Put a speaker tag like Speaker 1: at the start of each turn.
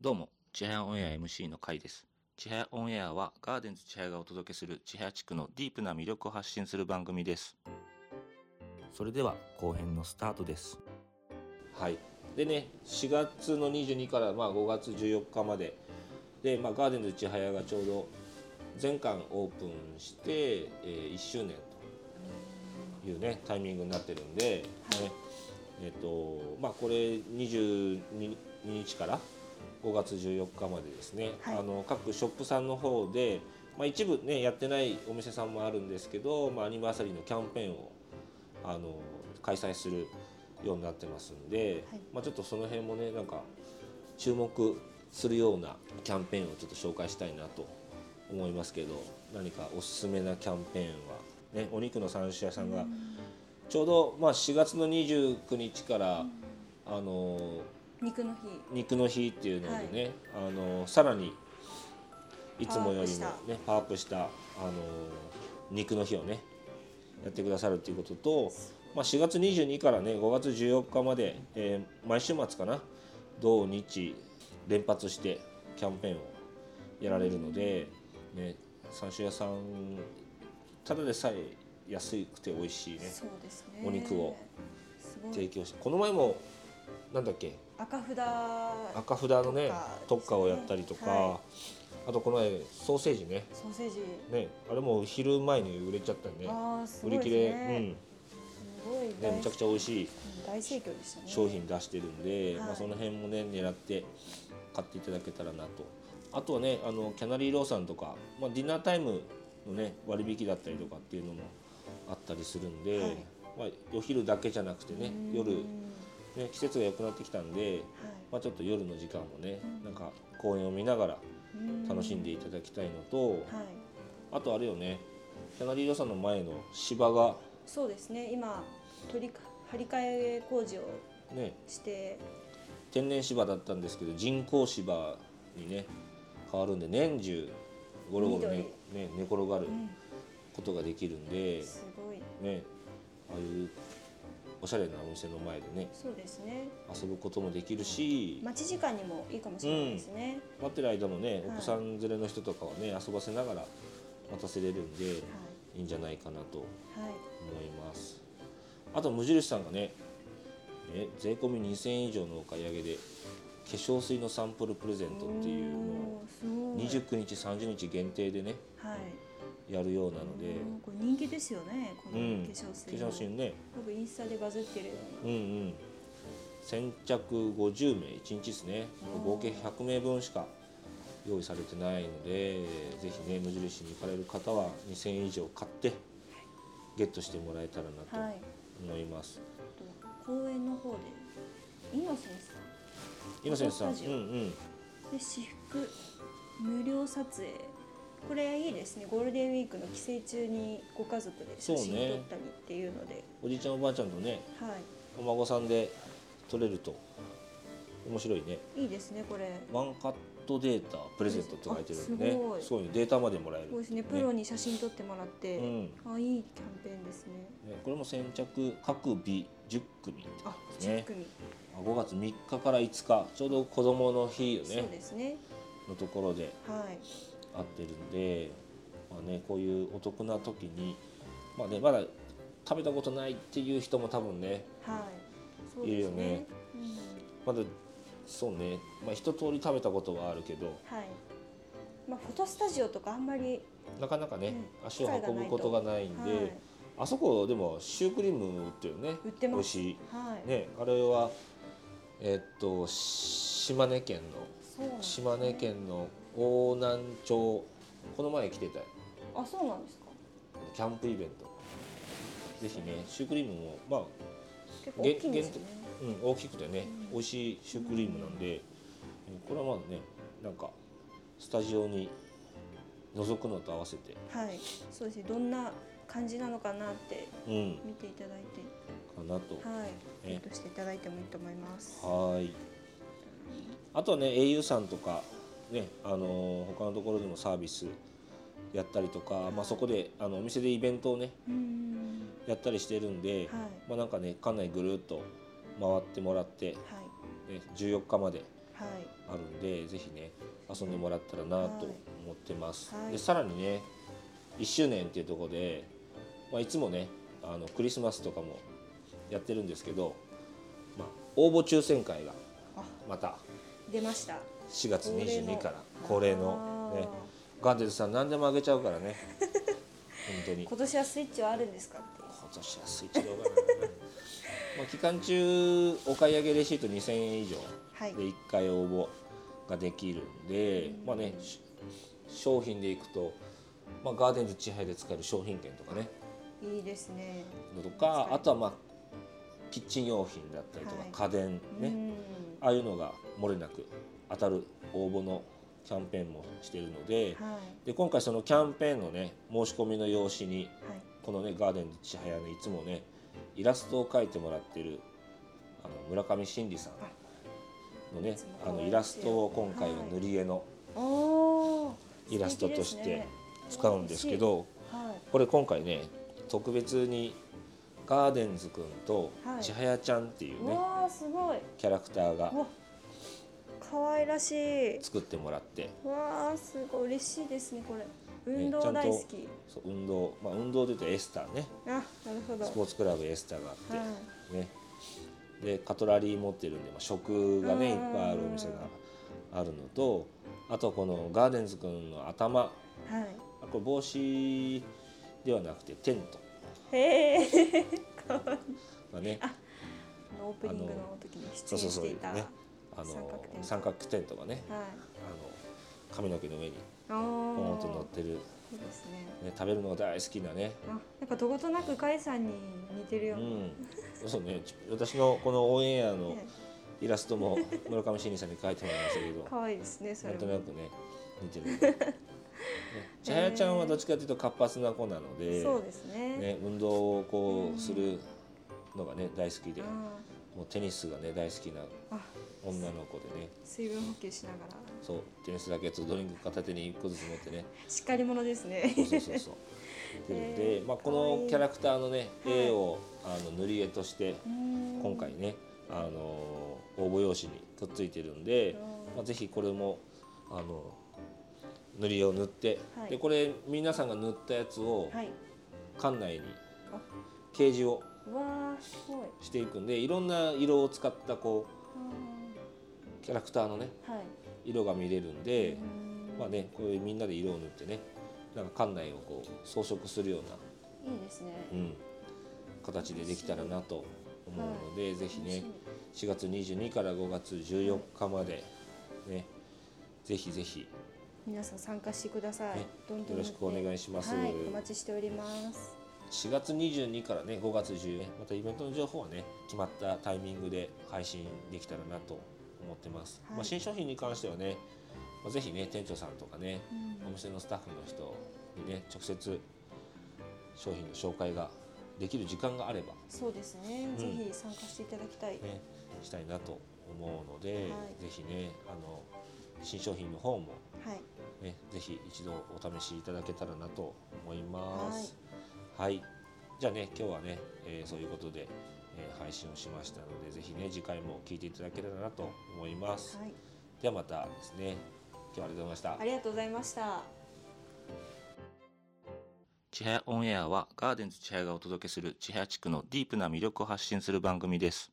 Speaker 1: どうも、ちはやオンエア MC のカイです。ちはやオンエアはガーデンズちはやがお届けするちはや地区のディープな魅力を発信する番組です。それでは後編のスタートです。はい。でね、4月の22からまあ5月14日まで、で、まあガーデンズちはやがちょうど全館オープンして、えー1周年というね、タイミングになってるんで、ね、えっと、まあこれ22日から5月14日までですね、
Speaker 2: はい
Speaker 1: あの各ショップさんの方で、まあ、一部ねやってないお店さんもあるんですけど、まあ、アニバーサリーのキャンペーンをあの開催するようになってますんで、
Speaker 2: はい
Speaker 1: まあ、ちょっとその辺もねなんか注目するようなキャンペーンをちょっと紹介したいなと思いますけど何かおすすめなキャンペーンは、ね、お肉の三種屋さんがちょうどまあ4月の29日から、あの
Speaker 2: 肉の日
Speaker 1: 肉の日っていうのでね、あのさらにいつもよりもねパワーアップしたあの肉の日をねやってくださるっていうことと、まあ、4月22からね5月14日まで、えー毎週末かな同日連発してキャンペーンをやられるので、ね、三種屋さんただでさえ安くて美味しいね
Speaker 2: そうですね
Speaker 1: お肉を
Speaker 2: すご
Speaker 1: 提
Speaker 2: い
Speaker 1: 供してこの前もなんだっけ
Speaker 2: 赤札赤
Speaker 1: 赤札のね
Speaker 2: 特価ですね
Speaker 1: 特価をやったりとか、
Speaker 2: は
Speaker 1: あとこの前ソーセージね
Speaker 2: ソーセージ、
Speaker 1: ねあれも昼前に売れちゃったんで
Speaker 2: ああす
Speaker 1: 売
Speaker 2: ごい
Speaker 1: り切
Speaker 2: で
Speaker 1: れ、
Speaker 2: すね、すごい
Speaker 1: うんねむちゃくちゃ美味しい
Speaker 2: 大盛況でしたね
Speaker 1: 商品出してるんで、
Speaker 2: はい
Speaker 1: まあ、その辺もね狙って買っていただけたらなとあとはねあのキャナリーローさんとか、まあ、ディナータイムのね割引だったりとかっていうのもあったりするんで、
Speaker 2: はい
Speaker 1: まあ、お昼だけじゃなくてね
Speaker 2: うん
Speaker 1: 夜
Speaker 2: は
Speaker 1: ね季節が良くなってきたんで、まあ、ちょっと夜の時間もね
Speaker 2: うん
Speaker 1: なんか公園を見ながら
Speaker 2: い
Speaker 1: 楽しんでいただきたいのと、
Speaker 2: はい
Speaker 1: あとあれよねキャナリーロさんの前の芝が
Speaker 2: そうですね今取りか張り替え工事を
Speaker 1: ね
Speaker 2: して
Speaker 1: 天然芝だったんですけど人工芝にね変わるんで年中ゴロゴロ、ねね、寝転がる
Speaker 2: うん
Speaker 1: ことができるんで、
Speaker 2: すごい
Speaker 1: ね、ああいうおしゃれなお店の前でね
Speaker 2: そうですね
Speaker 1: 遊ぶこともできるし、
Speaker 2: 待ち時間にもいいかもしれないですね、
Speaker 1: 待ってる間もね
Speaker 2: は
Speaker 1: お
Speaker 2: い
Speaker 1: 子さん連れの人とかはね遊ばせながら待たせれるんでいいんじゃないかなと
Speaker 2: はいはい
Speaker 1: 思いますあと無印さんがねえ税込み2000円以上のお買い上げで化粧水のサンプルプレゼントっていうのを
Speaker 2: おーすごい
Speaker 1: 29日30日限定でね
Speaker 2: はい
Speaker 1: やるようなので
Speaker 2: うんこれ人気ですよねこの
Speaker 1: う
Speaker 2: 化
Speaker 1: ん
Speaker 2: 粧水、
Speaker 1: 化粧水ね
Speaker 2: 僕インスタでバズってるよう
Speaker 1: うんうん先着50名1日ですね
Speaker 2: うん
Speaker 1: 合計100名分しか用意されてないのでぜひね無印に行かれる方は2000円以上買ってゲットしてもらえたらな
Speaker 2: なはい
Speaker 1: と思います、
Speaker 2: あと公園の方でイノセンスさん
Speaker 1: イノセンスさん
Speaker 2: スタジ
Speaker 1: うん
Speaker 2: オ
Speaker 1: うん
Speaker 2: で私服無料撮影これいいですねゴールデンウィークの帰省中にご家族で写
Speaker 1: そう
Speaker 2: 真
Speaker 1: ね
Speaker 2: 撮ったりっていうので
Speaker 1: おじいちゃんおばあちゃんのね
Speaker 2: は
Speaker 1: お孫さんで撮れると面白いね
Speaker 2: いいいですねこれ
Speaker 1: ワンカットデータプレゼントって書いてるんでね
Speaker 2: あすごい
Speaker 1: ごいねデータまでもらえる
Speaker 2: こうですねプロに写真撮ってもらって、
Speaker 1: うん
Speaker 2: あいいキャンペーンですね
Speaker 1: ねこれも先着各日10組って
Speaker 2: あ
Speaker 1: ことです
Speaker 2: 10
Speaker 1: ね
Speaker 2: 組、
Speaker 1: 5月3日から5日ちょうど子どもの日よ
Speaker 2: そう
Speaker 1: ね
Speaker 2: ですね
Speaker 1: のところで
Speaker 2: はい
Speaker 1: 合ってるんで、まあね、こういうお得な時に、まあね、まだ食べたことないっていう人も多分ね
Speaker 2: はいそう
Speaker 1: いい
Speaker 2: で
Speaker 1: よ
Speaker 2: すね
Speaker 1: ね
Speaker 2: う
Speaker 1: ま
Speaker 2: ん
Speaker 1: だそうね、まあ、一通り食べたことはあるけど
Speaker 2: はい。まあフォトスタジオとかあんまり、
Speaker 1: なかなかね、
Speaker 2: うん
Speaker 1: 足を運ぶことがないんで、
Speaker 2: はい、
Speaker 1: あそこでもシュークリーム売ってるね
Speaker 2: 売ってます
Speaker 1: 美味しい、
Speaker 2: はい。
Speaker 1: ね、あれはえっとし島根県
Speaker 2: そうなん
Speaker 1: の
Speaker 2: ですね
Speaker 1: 島根。県の邑南町この前来てたよ
Speaker 2: あ、そうなんですか。
Speaker 1: キャンプイベントぜひねシュークリームもまあ、
Speaker 2: 結構大きいんですよね。
Speaker 1: うん、大きくてね、
Speaker 2: うん
Speaker 1: 美味しいシュークリームなんで、これはまあねなんかスタジオに覗くのと合わせて、
Speaker 2: はい。そうですね。どんな感じなのかなって
Speaker 1: うん、
Speaker 2: 見ていただいて、
Speaker 1: かなと。
Speaker 2: はい。
Speaker 1: ね
Speaker 2: ゲットしていただいてもいいと思います。
Speaker 1: はーい。あとはね au さんとかねあのー他のところでもサービスやったりとか、まあ、そこであのお店でイベントをね
Speaker 2: うーん。
Speaker 1: やったりしてるんで、
Speaker 2: はい。
Speaker 1: まあ、なんかね館内ぐるっと回ってもらって、ね、
Speaker 2: はい。
Speaker 1: 14日まで
Speaker 2: はい。
Speaker 1: あるんでぜひね遊んでもらったらなと
Speaker 2: はい
Speaker 1: 思ってます、
Speaker 2: はい
Speaker 1: でさらにね1周年っていうところで、まあ、いつもねあのクリスマスとかもやってるんですけど、まあ、応募抽選会が
Speaker 2: あ
Speaker 1: また
Speaker 2: 出ました
Speaker 1: 4月22
Speaker 2: 恒例の
Speaker 1: から恒例のねガンデルさん何でもあげちゃう からね本当
Speaker 2: あー
Speaker 1: に
Speaker 2: 今年はスイッチはあるんですかっていう
Speaker 1: 今年はスイッチ動画 なのかなまあ期間中お買い上げレシート2000円以上
Speaker 2: はい
Speaker 1: で1回応募ができるんで、まあねし商品でいくと、まあ、ガーデンズ千早で使える商品券とかね
Speaker 2: いいですね
Speaker 1: のとか
Speaker 2: 使える
Speaker 1: あとはまあキッチン用品だったりとか
Speaker 2: はい
Speaker 1: 家電ね、
Speaker 2: うん
Speaker 1: ああいうのが漏れなく当たる応募のキャンペーンもしてるので
Speaker 2: はい
Speaker 1: で今回そのキャンペーンのね申し込みの用紙に
Speaker 2: はい
Speaker 1: このねガーデンズ千早ねいつもねイラストを描いてもらってるあの村上真理さんのね
Speaker 2: いつも
Speaker 1: あ
Speaker 2: 可愛いです
Speaker 1: の
Speaker 2: よ
Speaker 1: イラストを今回は塗り絵の
Speaker 2: おー
Speaker 1: イラストとし
Speaker 2: 素敵で
Speaker 1: て
Speaker 2: すね
Speaker 1: 使うんですけど
Speaker 2: は
Speaker 1: これ今回ね特別にガーデンズくんと
Speaker 2: はい
Speaker 1: 千早ちゃんってい
Speaker 2: いう
Speaker 1: ね
Speaker 2: わあすごい
Speaker 1: キャラクターが
Speaker 2: わ可愛らしい
Speaker 1: 作ってもらって
Speaker 2: わあすごい嬉しいですねこれ運
Speaker 1: ちゃ
Speaker 2: 動
Speaker 1: んと
Speaker 2: 大好き
Speaker 1: そう運動まあ運動でいうとエスターね
Speaker 2: あなるほど
Speaker 1: スポーツクラブエスターがあ
Speaker 2: はい
Speaker 1: ってねでカトラリー持ってるんで、まあ、食がねいっ
Speaker 2: うん
Speaker 1: ぱいあるお店があるのとあとこのガーデンズくんの頭
Speaker 2: はい
Speaker 1: あこれ帽子ではなくてテント
Speaker 2: へえ可愛い
Speaker 1: がね
Speaker 2: オープニングの時に
Speaker 1: そ
Speaker 2: 出演
Speaker 1: うそう
Speaker 2: し
Speaker 1: そう
Speaker 2: て
Speaker 1: ね
Speaker 2: いた
Speaker 1: あ
Speaker 2: 三角
Speaker 1: の
Speaker 2: テント
Speaker 1: 三角テントがね
Speaker 2: は
Speaker 1: あ
Speaker 2: い
Speaker 1: の髪の毛の上に
Speaker 2: あ
Speaker 1: ポ
Speaker 2: ー
Speaker 1: ーンと乗ってる、
Speaker 2: いいですね
Speaker 1: ね、食べるのが大好きなね
Speaker 2: あなんかどことなく甲斐さんに似てる
Speaker 1: う
Speaker 2: ようなん
Speaker 1: そうねち私のこのオンエアの
Speaker 2: ね
Speaker 1: イラストも村上真理さんに描いてもらいましたけど
Speaker 2: 可愛いですねそ
Speaker 1: な
Speaker 2: れ
Speaker 1: んと
Speaker 2: も
Speaker 1: なくね似てるんでねちはやちゃんはどっちかというと活発な子なので,、
Speaker 2: そうですね
Speaker 1: ね、運動をこ
Speaker 2: う
Speaker 1: うんするのがね大好きで、
Speaker 2: あ
Speaker 1: もうテニスがね大好きな
Speaker 2: ーあ
Speaker 1: 女の子でね
Speaker 2: 水分補給しながら
Speaker 1: そうテニスラケットドリンク片手に1個ずつ持っ てね
Speaker 2: しっかり者ですね
Speaker 1: そうそうそうそう出るんで、
Speaker 2: えー
Speaker 1: まあ、こ
Speaker 2: かわい
Speaker 1: の
Speaker 2: い
Speaker 1: キャラクターのね
Speaker 2: はい
Speaker 1: 絵をあの塗り絵として今
Speaker 2: 今
Speaker 1: 回ね、あの応募用紙にくっついてるんで、まあ、ぜひこれもあの塗り絵を塗って、
Speaker 2: はい
Speaker 1: でこれ皆さんが塗ったやつを
Speaker 2: はい
Speaker 1: 館内に
Speaker 2: あ
Speaker 1: 掲示を
Speaker 2: わあすごい
Speaker 1: していくんでいろんな色を使ったこ
Speaker 2: あ
Speaker 1: うキャラクターのね
Speaker 2: ーはい
Speaker 1: 色が見れるんで、
Speaker 2: うん
Speaker 1: まあねこういうみんなで色を塗ってねなんか館内をこう装飾するようない
Speaker 2: いですね、
Speaker 1: うん、形でできたらなと思うので、ぜひね
Speaker 2: 楽
Speaker 1: 4
Speaker 2: し
Speaker 1: 月22から5月14日までねぜひぜひ
Speaker 2: み皆さん参加してください、
Speaker 1: ね
Speaker 2: どんどん
Speaker 1: よろしくお願
Speaker 2: いし
Speaker 1: いします。
Speaker 2: はいお待ちしております
Speaker 1: 4月22からね5月14またイベントの情報はね決まったタイミングで配信できたらなと思ってます、
Speaker 2: はい
Speaker 1: まあ、新商品に関してはね、まあ、ぜひね店長さんとかね
Speaker 2: うん
Speaker 1: お店のスタッフの人にね直接商品の紹介ができる時間があれば、
Speaker 2: そうですね、
Speaker 1: ん
Speaker 2: ぜひ参加していただきたい、
Speaker 1: ね、したいなと思うので、
Speaker 2: はい
Speaker 1: ぜひねあの新商品の方も
Speaker 2: はい
Speaker 1: ね、ぜひ一度お試しいただけたらなと思います。はい、じゃあね、今日はね、えーそういうことで、えー配信をしましたので、ぜひね、次回も聞いていただけたらなと思います。
Speaker 2: はい
Speaker 1: ではまたですね、今日はありがとうございました。
Speaker 2: ありがとうございました
Speaker 1: ちはやオンエアはガーデンズちはやがお届けするちはや地区のディープな魅力を発信する番組です。